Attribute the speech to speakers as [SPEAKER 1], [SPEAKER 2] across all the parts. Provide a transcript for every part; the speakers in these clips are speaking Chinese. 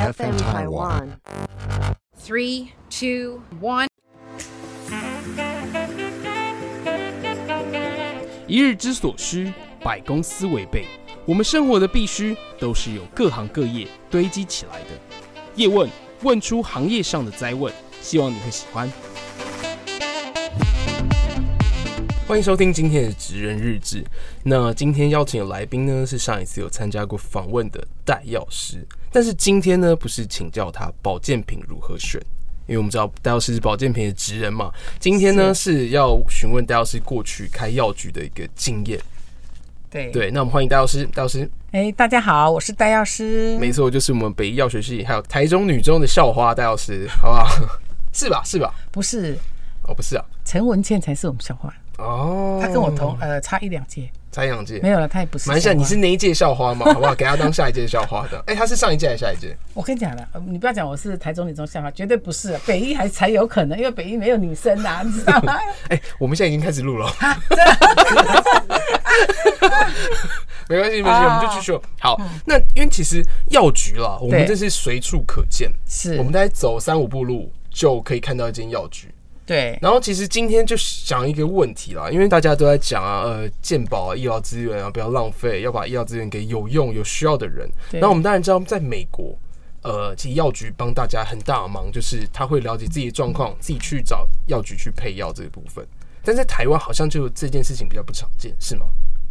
[SPEAKER 1] FM Taiwan.
[SPEAKER 2] Three, two, one.
[SPEAKER 3] 一日之所需，百公司为备。我们生活的必须，都是由各行各业堆积起来的。叶问问出行业上的灾问，希望你会喜欢。欢迎收听今天的职人日志。那今天邀请的来宾呢，是上一次有参加过访问的戴药师，但是今天呢，不是请教他保健品如何选，因为我们知道戴药师是保健品的职人嘛。今天呢，是要询问戴药师过去开药局的一个经验。
[SPEAKER 4] 对，
[SPEAKER 3] 对，那我们欢迎戴药师，戴药师，
[SPEAKER 4] 哎，大家好，我是戴药师。
[SPEAKER 3] 没错，就是我们北医药学系还有台中女中的校花戴药师， 好不好？是吧？是吧？
[SPEAKER 4] 不是
[SPEAKER 3] 哦，不是啊，
[SPEAKER 4] 陈文倩才是我们校花，
[SPEAKER 3] 哦，
[SPEAKER 4] 她跟我同呃差一两届，
[SPEAKER 3] 才两届，
[SPEAKER 4] 没有了，她也不是。
[SPEAKER 3] 蛮像，你是？那一届校花嘛，好不好？给她当下一届校花的。 哎、她是上一届还是下一届？
[SPEAKER 4] 我跟你讲了，呃你不要讲我是台中女中校花，绝对不是，啊北一还才有可能，因为北一没有女生呐、你知 道吗？
[SPEAKER 3] 哎、我们现在已经开始 录了哦，没关系，没
[SPEAKER 4] 啊
[SPEAKER 3] 关系，我们就继续哦。好，那因为其实药局啦，我们
[SPEAKER 4] 嗯对
[SPEAKER 3] 这是随处可见，
[SPEAKER 4] 是
[SPEAKER 3] 我们大概走三五步路就可以看到一间药局。
[SPEAKER 4] 对，
[SPEAKER 3] 然后其实今天就想一个问题啦，因为大家都在讲啊，呃，健保啊、医疗资源啊，不要浪费，要把医疗资源给有用、有需要的人。
[SPEAKER 4] 对
[SPEAKER 3] 那我们当然知道，在美国，呃，其实药局帮大家很大的忙，就是他会了解自己的状况，自己去找药局去配药这个部分。但在台湾好像就这件事情比较不常见，是吗？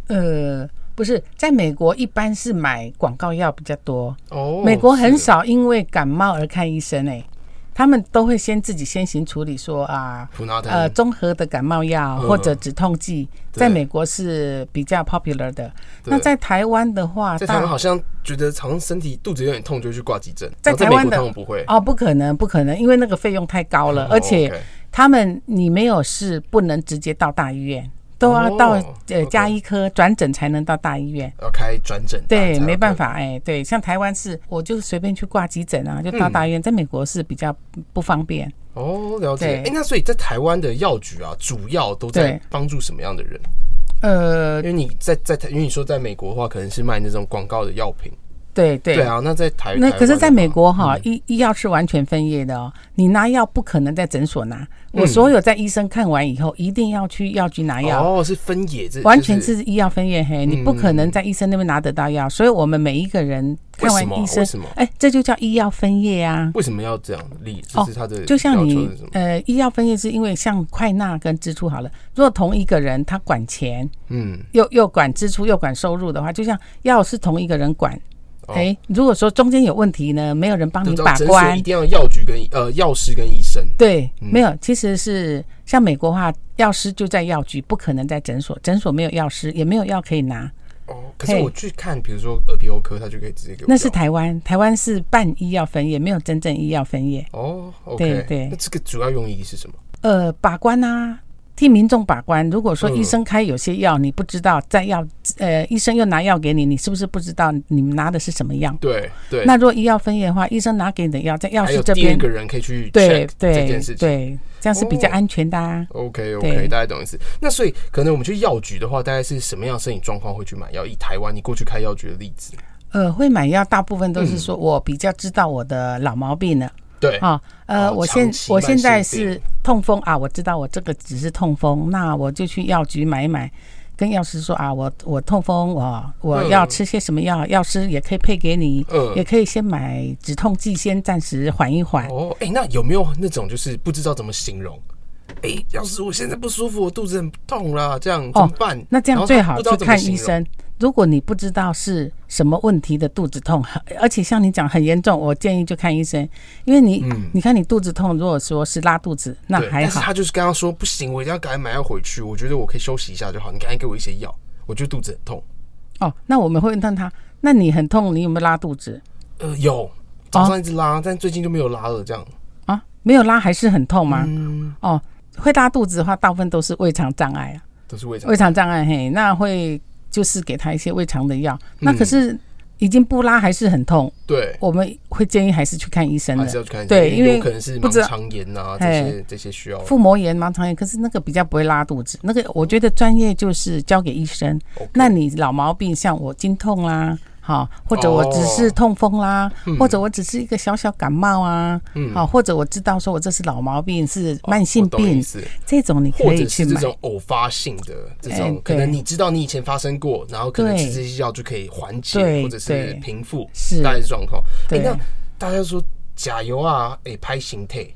[SPEAKER 4] 呃，不是，在美国一般是买广告药比较多，
[SPEAKER 3] 哦
[SPEAKER 4] 美国很，少因为感冒而看医生诶、哎他们都会先自己先行处理说啊，
[SPEAKER 3] 普拿疼
[SPEAKER 4] 呃，综合的感冒药
[SPEAKER 3] 嗯
[SPEAKER 4] 或者止痛剂，
[SPEAKER 3] 对
[SPEAKER 4] 在美国是比较 popular 的。
[SPEAKER 3] 对
[SPEAKER 4] 那在台湾的话，
[SPEAKER 3] 在台湾
[SPEAKER 4] 大
[SPEAKER 3] 好像觉得好像身体肚子有点痛就会去挂急诊，
[SPEAKER 4] 在
[SPEAKER 3] 然后在
[SPEAKER 4] 台
[SPEAKER 3] 美
[SPEAKER 4] 湾
[SPEAKER 3] 国
[SPEAKER 4] 的
[SPEAKER 3] 他们不会。
[SPEAKER 4] 哦，不可能，不可能，因为那个费用太高了，
[SPEAKER 3] 哦
[SPEAKER 4] 而且
[SPEAKER 3] OK
[SPEAKER 4] 他们你没有事不能直接到大医院，都要
[SPEAKER 3] 哦
[SPEAKER 4] 到、
[SPEAKER 3] OK
[SPEAKER 4] 呃加医科转诊才能到大医院。
[SPEAKER 3] 要开转诊，
[SPEAKER 4] 对，没办。法，哎，对，像台湾是，我就随便去挂急诊啊，就
[SPEAKER 3] 嗯
[SPEAKER 4] 到大医院，在美国是比较不方便。
[SPEAKER 3] 哦，了解。哎
[SPEAKER 4] 对、
[SPEAKER 3] 那所以在台湾的药局啊，主要都在
[SPEAKER 4] 对
[SPEAKER 3] 帮助什么样的人？
[SPEAKER 4] 呃
[SPEAKER 3] 因，为你在在台，因为你说在美国的话，可能是卖那种广告的药品。
[SPEAKER 4] 对对
[SPEAKER 3] 对啊，那在台
[SPEAKER 4] 那
[SPEAKER 3] 台湾
[SPEAKER 4] 可是，在美国
[SPEAKER 3] 的话嗯
[SPEAKER 4] 哈，医医药是完全分业的哦。你拿药不可能在诊所拿，我
[SPEAKER 3] 嗯
[SPEAKER 4] 所有在医生看完以后，一定要去药局拿药，
[SPEAKER 3] 哦，是分野，这
[SPEAKER 4] 完全
[SPEAKER 3] 就是嗯
[SPEAKER 4] 医药分业嘿，你不可能在医生那边拿得到药。所以我们每一个人看完医
[SPEAKER 3] 为
[SPEAKER 4] 生
[SPEAKER 3] 什么为什么，
[SPEAKER 4] 哎，这就叫医药分业啊。
[SPEAKER 3] 为什么要这样立？这是他的、
[SPEAKER 4] 哦就像
[SPEAKER 3] 要
[SPEAKER 4] 你
[SPEAKER 3] 求是什么？
[SPEAKER 4] 呃，医药分业是因为像快纳跟支出好了，如果同一个人他管钱，
[SPEAKER 3] 嗯，
[SPEAKER 4] 又又管支出又管收入的话，就像药是同一个人管，
[SPEAKER 3] 哦
[SPEAKER 4] 哎，如果说中间有问题呢，没有人帮
[SPEAKER 3] 就
[SPEAKER 4] 你
[SPEAKER 3] 到
[SPEAKER 4] 把
[SPEAKER 3] 诊所
[SPEAKER 4] 关
[SPEAKER 3] 一，定要嗯药局跟呃药师跟医生。
[SPEAKER 4] 对，没有，其实是像美国话，药师就在药局，不可能在诊所，诊所没有药师，也没有药可以拿。
[SPEAKER 3] 哦，可是
[SPEAKER 4] 嘿
[SPEAKER 3] 我去看，比如说耳鼻喉科，他就可以直接给我药。
[SPEAKER 4] 那是台湾，台湾是半医药分业，没有真正医药分业。
[SPEAKER 3] 哦，OK，
[SPEAKER 4] 对对
[SPEAKER 3] 那这个主要用意是什么？
[SPEAKER 4] 呃，把关啊，替民众把关。如果说
[SPEAKER 3] 嗯
[SPEAKER 4] 医生开有些药你不知道，在药呃医生又拿药给你，你是不是不知道你们拿的是什么药？
[SPEAKER 3] 对对，
[SPEAKER 4] 那如果医药分业的话，医生拿给你的药，在药
[SPEAKER 3] 还
[SPEAKER 4] 师
[SPEAKER 3] 有
[SPEAKER 4] 这
[SPEAKER 3] 第二
[SPEAKER 4] 边，
[SPEAKER 3] 个人可以去 check
[SPEAKER 4] 对
[SPEAKER 3] 这件
[SPEAKER 4] 对
[SPEAKER 3] 事情。
[SPEAKER 4] 对，这样是比较
[SPEAKER 3] 哦
[SPEAKER 4] 安全的啊。
[SPEAKER 3] OK
[SPEAKER 4] 对
[SPEAKER 3] OK，大家懂意思。那所以可能我们去药局的话，大概是什么样的身体状况会去买药？以台湾你过去开药局的例子，
[SPEAKER 4] 呃，会买药大部分都是说
[SPEAKER 3] 嗯
[SPEAKER 4] 我比较知道我的老毛病了。
[SPEAKER 3] 对，
[SPEAKER 4] 啊，呃，
[SPEAKER 3] 哦
[SPEAKER 4] 我
[SPEAKER 3] 长
[SPEAKER 4] 现
[SPEAKER 3] 期
[SPEAKER 4] 我
[SPEAKER 3] 慢
[SPEAKER 4] 现
[SPEAKER 3] 性
[SPEAKER 4] 在
[SPEAKER 3] 病
[SPEAKER 4] 是痛风啊，我知道我这个只是痛风，那我就去药局买一买，跟药师说啊，我我痛风，我我要
[SPEAKER 3] 嗯
[SPEAKER 4] 吃些什么药，药师也可以配给你，
[SPEAKER 3] 嗯
[SPEAKER 4] 也可以先买止痛剂，先暂时缓一缓。
[SPEAKER 3] 哦，哎、那有没有那种就是不知道怎么形容？哎、要是我现在不舒服，我肚子很痛啦，这样怎么办？
[SPEAKER 4] 哦那这
[SPEAKER 3] 然
[SPEAKER 4] 样
[SPEAKER 3] 后
[SPEAKER 4] 最
[SPEAKER 3] 他
[SPEAKER 4] 好
[SPEAKER 3] 不知
[SPEAKER 4] 去
[SPEAKER 3] 道怎么
[SPEAKER 4] 看
[SPEAKER 3] 形
[SPEAKER 4] 医
[SPEAKER 3] 容。
[SPEAKER 4] 生。如果你不知道是什么问题的肚子痛，很而且像你讲很严重，我建议就看医生，因为你、你看你肚子痛，如果说是拉肚子，那
[SPEAKER 3] 嗯对，
[SPEAKER 4] 还
[SPEAKER 3] 但是
[SPEAKER 4] 好。
[SPEAKER 3] 他就是跟他说不行，我一定要赶快买药回去。我觉得我可以休息一下就好，你赶紧给我一些药，我觉得肚子很痛。
[SPEAKER 4] 哦，那我们会问他，那你很痛，你有没有拉肚子
[SPEAKER 3] 呃，有早上一直拉，但最近就没有拉了，这样。
[SPEAKER 4] 啊？没有拉还是很痛吗？
[SPEAKER 3] 嗯，
[SPEAKER 4] 哦，会拉肚子的话，大部分都是胃肠障碍啊，
[SPEAKER 3] 都是胃肠
[SPEAKER 4] 胃肠障碍嘿，那会就是给他一些胃肠的药，
[SPEAKER 3] 嗯
[SPEAKER 4] 那可是已经不拉还是很痛，
[SPEAKER 3] 对。
[SPEAKER 4] 我们会建议还是去看医生
[SPEAKER 3] 还是
[SPEAKER 4] 的。
[SPEAKER 3] 要去看医生，
[SPEAKER 4] 嗯对因为
[SPEAKER 3] 有可能是
[SPEAKER 4] 不知
[SPEAKER 3] 盲
[SPEAKER 4] 道
[SPEAKER 3] 肠炎啊，这
[SPEAKER 4] 哎
[SPEAKER 3] 些这些需要。
[SPEAKER 4] 腹膜炎、盲肠炎，可是那个比较不会拉肚子，那个我觉得专业就是交给医生。
[SPEAKER 3] OK
[SPEAKER 4] 那你老毛病，像我经痛啦、好、或者我只是
[SPEAKER 3] 哦
[SPEAKER 4] 痛风啦，或者我只是一个小小感冒啊，好、或者我知道说我这是老毛病，是慢
[SPEAKER 3] 嗯
[SPEAKER 4] 性
[SPEAKER 3] 哦我懂
[SPEAKER 4] 病，
[SPEAKER 3] 意思
[SPEAKER 4] 这种你可
[SPEAKER 3] 或
[SPEAKER 4] 以
[SPEAKER 3] 者
[SPEAKER 4] 去
[SPEAKER 3] 是这
[SPEAKER 4] 买。
[SPEAKER 3] 种偶发性的这
[SPEAKER 4] 哎
[SPEAKER 3] 种
[SPEAKER 4] 对，
[SPEAKER 3] 可能你知道你以前发生过，然后可能
[SPEAKER 4] 对
[SPEAKER 3] 吃这些药就可以缓解
[SPEAKER 4] 对
[SPEAKER 3] 或者是
[SPEAKER 4] 对
[SPEAKER 3] 平复，
[SPEAKER 4] 是
[SPEAKER 3] 大概是状况。哎
[SPEAKER 4] 对
[SPEAKER 3] 那大家说甲油啊，哎，拍形态，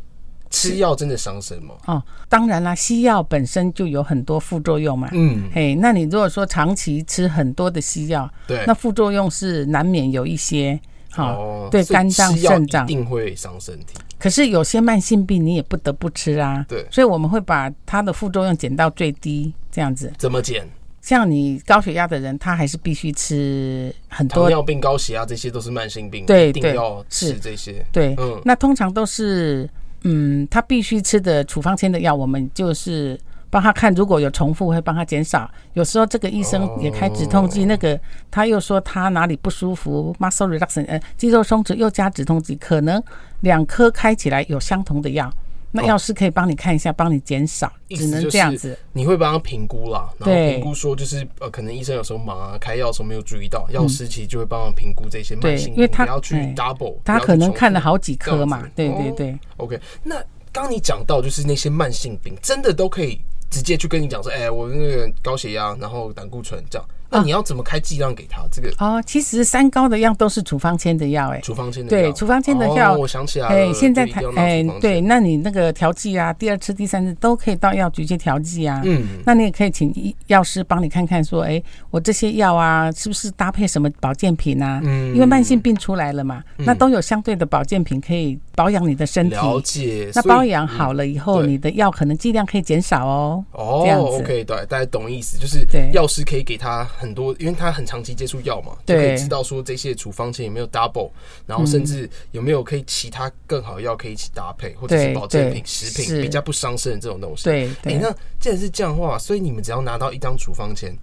[SPEAKER 3] 吃药真的伤身吗？
[SPEAKER 4] 哦，当然啦，西药本身就有很多副作用嘛。
[SPEAKER 3] 嗯，
[SPEAKER 4] 嘿，那你如果说长期吃很多的西药，
[SPEAKER 3] 对
[SPEAKER 4] 那副作用是难免有一些，哈、
[SPEAKER 3] 哦，
[SPEAKER 4] 对
[SPEAKER 3] 所以
[SPEAKER 4] 肝脏、
[SPEAKER 3] 吃药
[SPEAKER 4] 肾
[SPEAKER 3] 一
[SPEAKER 4] 脏。
[SPEAKER 3] 定会伤身体。
[SPEAKER 4] 可是有些慢性病你也不得不吃啊，
[SPEAKER 3] 对
[SPEAKER 4] 所以我们会把它的副作用减到最低，这样子。
[SPEAKER 3] 怎么减？
[SPEAKER 4] 像你高血压的人，他还是必须吃很
[SPEAKER 3] 糖
[SPEAKER 4] 多，
[SPEAKER 3] 尿病、高血压这些都是慢性病，
[SPEAKER 4] 对
[SPEAKER 3] 一定
[SPEAKER 4] 对
[SPEAKER 3] 要吃
[SPEAKER 4] 是
[SPEAKER 3] 这些。
[SPEAKER 4] 对，
[SPEAKER 3] 嗯
[SPEAKER 4] 那通常都是，嗯，他必须吃的处方签的药，我们就是帮他看，如果有重复会帮他减少。有时候这个医生
[SPEAKER 3] 哦
[SPEAKER 4] 也开止痛剂，那个他又说他哪里不舒服，muscle reduction，呃，肌肉松弛又加止痛剂，可能两颗开起来有相同的药，那药师可以帮你看一下，帮你减少，
[SPEAKER 3] 哦意
[SPEAKER 4] 只
[SPEAKER 3] 思
[SPEAKER 4] 能
[SPEAKER 3] 就
[SPEAKER 4] 这样
[SPEAKER 3] 是
[SPEAKER 4] 子。
[SPEAKER 3] 你会帮他评估啦，然后
[SPEAKER 4] 对
[SPEAKER 3] 评估说就是呃，可能医生有时候忙啊，开药的时候没有注意到，药师其实就会帮忙评估这些慢
[SPEAKER 4] 嗯对
[SPEAKER 3] 性病，
[SPEAKER 4] 因为他
[SPEAKER 3] 不要去
[SPEAKER 4] 哎
[SPEAKER 3] double，
[SPEAKER 4] 他
[SPEAKER 3] 不要去
[SPEAKER 4] 可能
[SPEAKER 3] 重复
[SPEAKER 4] 看了好几
[SPEAKER 3] 这
[SPEAKER 4] 颗
[SPEAKER 3] 样
[SPEAKER 4] 嘛
[SPEAKER 3] 子，
[SPEAKER 4] 对对
[SPEAKER 3] 哦
[SPEAKER 4] 对。
[SPEAKER 3] OK，那刚刚你讲到就是那些慢性病，真的都可以直接去跟你讲说，哎，我那个高血压，然后胆固醇这样，
[SPEAKER 4] 啊
[SPEAKER 3] 那你要怎么开剂量给他？这个
[SPEAKER 4] 哦，其实三高的药都是处方签的药，哎，
[SPEAKER 3] 处方签的
[SPEAKER 4] 对
[SPEAKER 3] 药
[SPEAKER 4] 处方签的药
[SPEAKER 3] 哦我想起来
[SPEAKER 4] 哎、
[SPEAKER 3] 了，
[SPEAKER 4] 现在
[SPEAKER 3] 对一
[SPEAKER 4] 台
[SPEAKER 3] 定要拿
[SPEAKER 4] 哎
[SPEAKER 3] 处方，
[SPEAKER 4] 对，
[SPEAKER 3] 签，
[SPEAKER 4] 那你那个调剂啊，第二次、第三次都可以到药局去调剂啊。
[SPEAKER 3] 嗯，
[SPEAKER 4] 那你也可以请医药师帮你看看，说，哎，我这些药啊，是不是搭配什么保健品啊？
[SPEAKER 3] 嗯
[SPEAKER 4] 因为慢性病出来了嘛，那都有相对的保健品可以保养你的身体。
[SPEAKER 3] 了解，
[SPEAKER 4] 那
[SPEAKER 3] 所以
[SPEAKER 4] 保养好了以后，
[SPEAKER 3] 对
[SPEAKER 4] 你的药可能剂量可以减少哦。
[SPEAKER 3] 哦
[SPEAKER 4] 这样子
[SPEAKER 3] ，OK，对，大家懂意思，就是
[SPEAKER 4] 对
[SPEAKER 3] 药师可以给他很多，因为他很长期接触药嘛，就
[SPEAKER 4] 对
[SPEAKER 3] 可以知道说这些处方前有没有 double，然后甚
[SPEAKER 4] 嗯
[SPEAKER 3] 至有没有可以其他更好的药可以一起搭配，或者是
[SPEAKER 4] 对
[SPEAKER 3] 保健
[SPEAKER 4] 对
[SPEAKER 3] 品、食品
[SPEAKER 4] 是
[SPEAKER 3] 比较不伤身的这种东西。
[SPEAKER 4] 对
[SPEAKER 3] 哎、
[SPEAKER 4] 对
[SPEAKER 3] 那既然是这样的话，所以你们只要拿到一张处方签，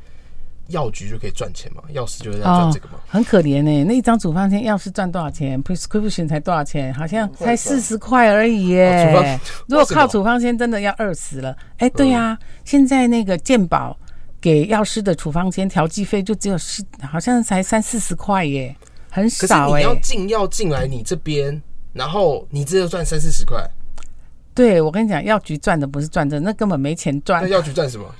[SPEAKER 3] 药局就可以赚钱嘛？药师就是在赚这个嘛？
[SPEAKER 4] 哦很可怜呢、欸那一张处方签要是赚多少钱，prescription 才多少钱，好像才四十块而已耶、
[SPEAKER 3] 哦处 方
[SPEAKER 4] 如果
[SPEAKER 3] 为什么
[SPEAKER 4] 靠处方签，真的要饿死了。哎、对呀、
[SPEAKER 3] 嗯
[SPEAKER 4] 现在那个健保给药师的处方签调剂费就只有是，好像才三四十块耶、很
[SPEAKER 3] 可是
[SPEAKER 4] 少
[SPEAKER 3] 你
[SPEAKER 4] 哎、
[SPEAKER 3] 要进药进来你这边，然后你只有赚三四十块，
[SPEAKER 4] 对我跟你讲，药局赚的不是赚的，那根本没钱赚
[SPEAKER 3] 那。药局赚什 么？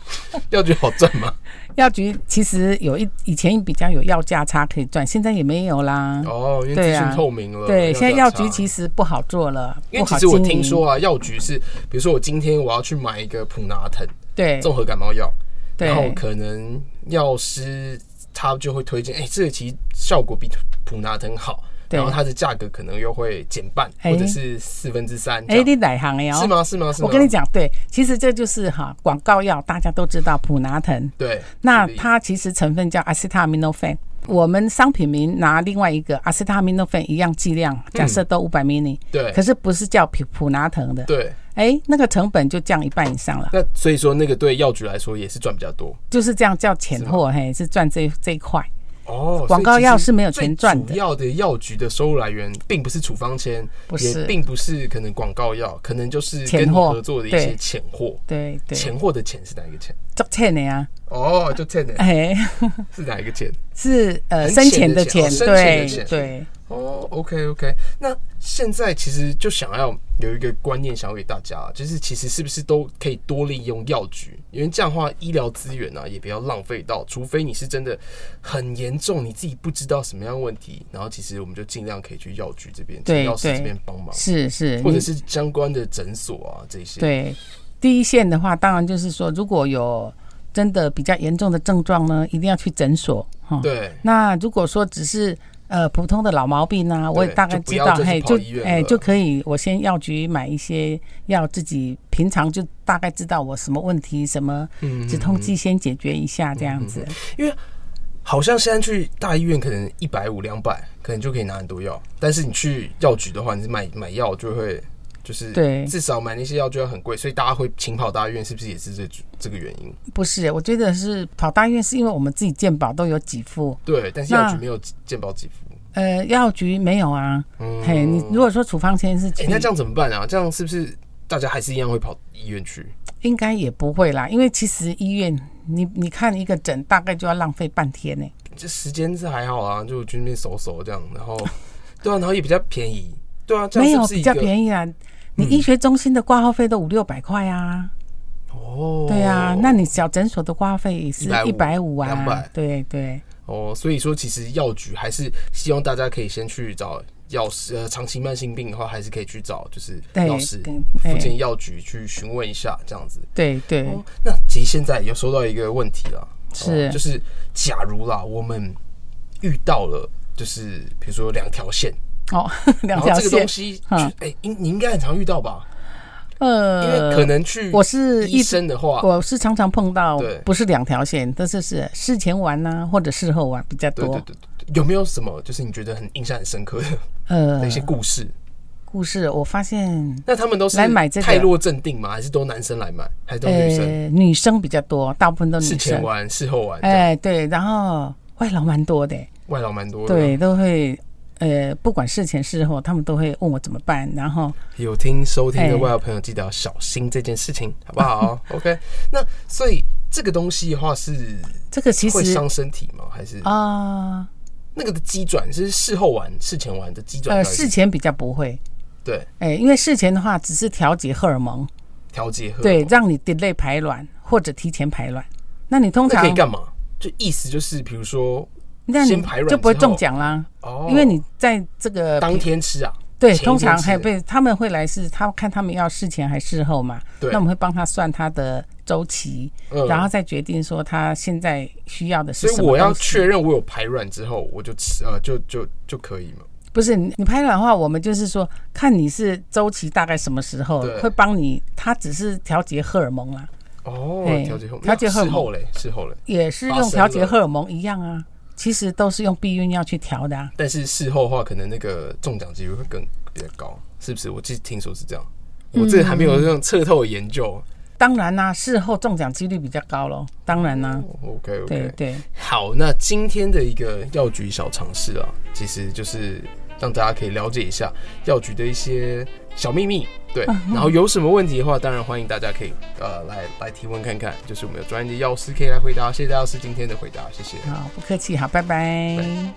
[SPEAKER 3] 药局好赚吗？
[SPEAKER 4] 药局其实有一以前比较有药价差可以赚，现在也没有啦。
[SPEAKER 3] 哦，因为
[SPEAKER 4] 对
[SPEAKER 3] 资讯
[SPEAKER 4] 啊
[SPEAKER 3] 透明了。
[SPEAKER 4] 对，现在药局
[SPEAKER 3] 查
[SPEAKER 4] 其实不好做了，
[SPEAKER 3] 因
[SPEAKER 4] 不
[SPEAKER 3] 为其
[SPEAKER 4] 好
[SPEAKER 3] 实我
[SPEAKER 4] 经营。
[SPEAKER 3] 听说啊，药局是，比如说我今天我要去买一个普拿疼
[SPEAKER 4] 对
[SPEAKER 3] 综合感冒药，
[SPEAKER 4] 对，
[SPEAKER 3] 然后可能药师他就会推荐，哎、这个其实效果比普拿疼好，
[SPEAKER 4] 对
[SPEAKER 3] 然后它的价格可能又会减半、
[SPEAKER 4] 哎
[SPEAKER 3] 或者是四分之三，
[SPEAKER 4] 哎、
[SPEAKER 3] 这样
[SPEAKER 4] 你哪行呀？
[SPEAKER 3] 是？吗？是吗？是吗？
[SPEAKER 4] 我跟你，讲，对，其实这就是哈广告药，大家都知道普拿疼，
[SPEAKER 3] 对，
[SPEAKER 4] 那
[SPEAKER 3] 举例
[SPEAKER 4] 它其实成分叫 acetaminophen。我们商品名拿另外一个 acetaminophen 一样剂量，假设都五百 ml，
[SPEAKER 3] 嗯对
[SPEAKER 4] 可是不是叫普普拿疼的，
[SPEAKER 3] 对，
[SPEAKER 4] 哎，那个成本就降一半以上了，
[SPEAKER 3] 那所以说那个对药局来说也是赚比较多
[SPEAKER 4] 就是这样叫钱货，嘿，是赚这这一块。
[SPEAKER 3] 哦。
[SPEAKER 4] 广告
[SPEAKER 3] 所以其实
[SPEAKER 4] 药是没有钱赚的
[SPEAKER 3] 最主要的药局的收入来源并不是处方签，
[SPEAKER 4] 不
[SPEAKER 3] 也
[SPEAKER 4] 是
[SPEAKER 3] 并不是可能广告药，可能就是
[SPEAKER 4] 钱
[SPEAKER 3] 跟你
[SPEAKER 4] 货
[SPEAKER 3] 合作的一
[SPEAKER 4] 对
[SPEAKER 3] 些钱货。
[SPEAKER 4] 对对，
[SPEAKER 3] 钱货的钱是哪一个钱？
[SPEAKER 4] 做欠的呀，
[SPEAKER 3] 哦，就欠的
[SPEAKER 4] 哎，
[SPEAKER 3] 是哪一个钱？
[SPEAKER 4] 是呃
[SPEAKER 3] 很
[SPEAKER 4] 生
[SPEAKER 3] 浅
[SPEAKER 4] 前
[SPEAKER 3] 的
[SPEAKER 4] 的
[SPEAKER 3] 钱
[SPEAKER 4] 钱
[SPEAKER 3] 哦，生前的
[SPEAKER 4] 对
[SPEAKER 3] 钱
[SPEAKER 4] 对，
[SPEAKER 3] 哦，OK OK。那现在其实就想要有一个观念，想要给大家，啊就是其实是不是都可以多利用药局？因为这样的话，医疗资源啊也不要浪费到，除非你是真的很严重，你自己不知道什么样的问题，然后其实我们就尽量可以去药局这边、
[SPEAKER 4] 对
[SPEAKER 3] 请药师
[SPEAKER 4] 对
[SPEAKER 3] 这边帮忙，
[SPEAKER 4] 是是，
[SPEAKER 3] 或者
[SPEAKER 4] 你
[SPEAKER 3] 是相关的诊所啊这些。，
[SPEAKER 4] 对，第一线的话，当然就是说，如果有真的比较严重的症状呢，一定要去诊所哈。
[SPEAKER 3] 对
[SPEAKER 4] 那如果说只是呃普通的老毛病啊，我也
[SPEAKER 3] 对
[SPEAKER 4] 大概
[SPEAKER 3] 就不
[SPEAKER 4] 知
[SPEAKER 3] 要
[SPEAKER 4] 道，
[SPEAKER 3] 再去
[SPEAKER 4] 嘿，
[SPEAKER 3] 跑
[SPEAKER 4] 就
[SPEAKER 3] 医院
[SPEAKER 4] 哎、
[SPEAKER 3] 了
[SPEAKER 4] 就可以，我先药局买一些药，自己平常就大概知道我什么问题，什么
[SPEAKER 3] 嗯
[SPEAKER 4] 止痛剂先解决一下这样子。
[SPEAKER 3] 因为好像现在去大医院可能一百五两百，可能就可以拿很多药，但是你去药局的话，你是买买药就会就是
[SPEAKER 4] 对
[SPEAKER 3] 至少买那些药就要很贵，所以大家会勤跑大医院，是不是也是这这个原因？
[SPEAKER 4] 不是，我觉得是跑大医院是因为我们自己健保都有给付，
[SPEAKER 3] 对，但是
[SPEAKER 4] 那
[SPEAKER 3] 药局没有健保给付。
[SPEAKER 4] 呃，药局没有啊。
[SPEAKER 3] 嗯
[SPEAKER 4] 嘿，你如果说处方签是
[SPEAKER 3] 哎、
[SPEAKER 4] 去
[SPEAKER 3] 那这样怎么办啊？这样是不是大家还是一样会跑医院去？
[SPEAKER 4] 应该也不会啦，因为其实医院，你你看一个诊大概就要浪费半天呢、
[SPEAKER 3] 这时间是还好啊，就去那边搜搜这样，然后对啊，然后也比较便宜，对啊，这
[SPEAKER 4] 没
[SPEAKER 3] 样
[SPEAKER 4] 有
[SPEAKER 3] 是不是
[SPEAKER 4] 比
[SPEAKER 3] 一个嗯
[SPEAKER 4] 较便宜啊。你医学中心的挂号费都五六百块啊，
[SPEAKER 3] 哦？
[SPEAKER 4] 对啊，那你小诊所的挂号费也是
[SPEAKER 3] 150
[SPEAKER 4] 一百五啊
[SPEAKER 3] 200，
[SPEAKER 4] 对对，
[SPEAKER 3] 哦，所以说其实药局还是希望大家可以先去找药师，呃，长期慢性病的话还是可以去找就是
[SPEAKER 4] 对
[SPEAKER 3] 药师
[SPEAKER 4] 跟
[SPEAKER 3] 附
[SPEAKER 4] 哎
[SPEAKER 3] 近药局去询问一下这样子。
[SPEAKER 4] 对对，
[SPEAKER 3] 哦，那其实现在有收到一个问题啦，
[SPEAKER 4] 是
[SPEAKER 3] 哦就是假如啦，我们遇到了就是比如说两条线，
[SPEAKER 4] 哦，
[SPEAKER 3] 然
[SPEAKER 4] 两
[SPEAKER 3] 后
[SPEAKER 4] 条
[SPEAKER 3] 这个
[SPEAKER 4] 线
[SPEAKER 3] 东，西就
[SPEAKER 4] 嗯
[SPEAKER 3] 哎，应、你应该很常遇到吧？因为可
[SPEAKER 4] 呃，
[SPEAKER 3] 能去
[SPEAKER 4] 我是
[SPEAKER 3] 医
[SPEAKER 4] 一
[SPEAKER 3] 生的话，
[SPEAKER 4] 我是常常碰到
[SPEAKER 3] 对，
[SPEAKER 4] 不是两条线，但是是事前玩呐、或者事后玩比较
[SPEAKER 3] 对对
[SPEAKER 4] 多。
[SPEAKER 3] 对对，对有没有什么就是你觉得很印象很深刻的
[SPEAKER 4] 呃
[SPEAKER 3] 一，些故事？
[SPEAKER 4] 故事我发现，
[SPEAKER 3] 那他们都是
[SPEAKER 4] 来买这个
[SPEAKER 3] 泰洛镇定吗？还是都男生来买，还是都女生？
[SPEAKER 4] 呃，女生比较多，大部分都
[SPEAKER 3] 事
[SPEAKER 4] 女
[SPEAKER 3] 前
[SPEAKER 4] 生。
[SPEAKER 3] 玩，事后玩，这样啊
[SPEAKER 4] 哎，对，然后外劳蛮多的、
[SPEAKER 3] 外劳蛮多的。
[SPEAKER 4] 对，，都会。呃，不管事前事后，他们都会问我怎么办，然后
[SPEAKER 3] 有听收听的
[SPEAKER 4] 哎
[SPEAKER 3] 外劳朋友，记得要小心这件事情，好不 好？OK，那所以这个东西的话是
[SPEAKER 4] 这个其
[SPEAKER 3] 会
[SPEAKER 4] 实
[SPEAKER 3] 伤身体吗？还是
[SPEAKER 4] 啊、
[SPEAKER 3] 那个的机转是事后玩、事前玩的机转到
[SPEAKER 4] 呃，
[SPEAKER 3] 底是？
[SPEAKER 4] 事前比较不会，
[SPEAKER 3] 对
[SPEAKER 4] 哎，因为事前的话只是调节荷尔蒙，
[SPEAKER 3] 调节荷尔
[SPEAKER 4] 对，
[SPEAKER 3] 蒙
[SPEAKER 4] 让你 delay 排卵或者提前排卵。那你通
[SPEAKER 3] 那
[SPEAKER 4] 常
[SPEAKER 3] 可以干嘛？就意思就是，比如说
[SPEAKER 4] 那
[SPEAKER 3] 先
[SPEAKER 4] 你
[SPEAKER 3] 排卵
[SPEAKER 4] 就不会
[SPEAKER 3] 之后
[SPEAKER 4] 中奖啦，
[SPEAKER 3] 哦，
[SPEAKER 4] 因为你在这个
[SPEAKER 3] 当天吃啊，
[SPEAKER 4] 对，
[SPEAKER 3] 前一
[SPEAKER 4] 通
[SPEAKER 3] 天
[SPEAKER 4] 常
[SPEAKER 3] 吃
[SPEAKER 4] 还被他们会来是，他看他们要事前还是事后嘛，
[SPEAKER 3] 对
[SPEAKER 4] 那我们会帮他算他的周期，
[SPEAKER 3] 嗯
[SPEAKER 4] 然后再决定说他现在需要的是
[SPEAKER 3] 所以
[SPEAKER 4] 什么
[SPEAKER 3] 我要
[SPEAKER 4] 东西
[SPEAKER 3] 确认我有排卵之后，我就吃呃就就就可以嘛。
[SPEAKER 4] 不是你你排卵的话，我们就是说看你是周期大概什么时候
[SPEAKER 3] 对
[SPEAKER 4] 会帮你，他只是调节荷尔蒙啦，啊
[SPEAKER 3] 哦，
[SPEAKER 4] 哎
[SPEAKER 3] 调节后
[SPEAKER 4] 调节
[SPEAKER 3] 那
[SPEAKER 4] 荷尔
[SPEAKER 3] 事
[SPEAKER 4] 蒙
[SPEAKER 3] 后嘞，事后嘞，
[SPEAKER 4] 也是
[SPEAKER 3] 发
[SPEAKER 4] 用
[SPEAKER 3] 生
[SPEAKER 4] 调节
[SPEAKER 3] 了
[SPEAKER 4] 荷尔蒙一样啊，其实都是用避孕药去调的、啊。
[SPEAKER 3] 但是事后的话，可能那个中奖几率会更比较高，是不是？我记听说是这样，我这个还没有这种彻透的研究。
[SPEAKER 4] 当然啦、事后中奖几率比较高咯。当然啦、
[SPEAKER 3] 哦 OK
[SPEAKER 4] 对
[SPEAKER 3] OK，
[SPEAKER 4] 对，
[SPEAKER 3] 好，那今天的一个药局小尝试啊，其实就是让大家可以了解一下药局的一些小秘密。对，
[SPEAKER 4] 嗯
[SPEAKER 3] 然后有什么问题的话，当然欢迎大家可以呃来来提问看看，就是我们有专业的药师可以来回答。谢谢大家是今天的回答，谢谢。
[SPEAKER 4] 好，不客气，好，拜拜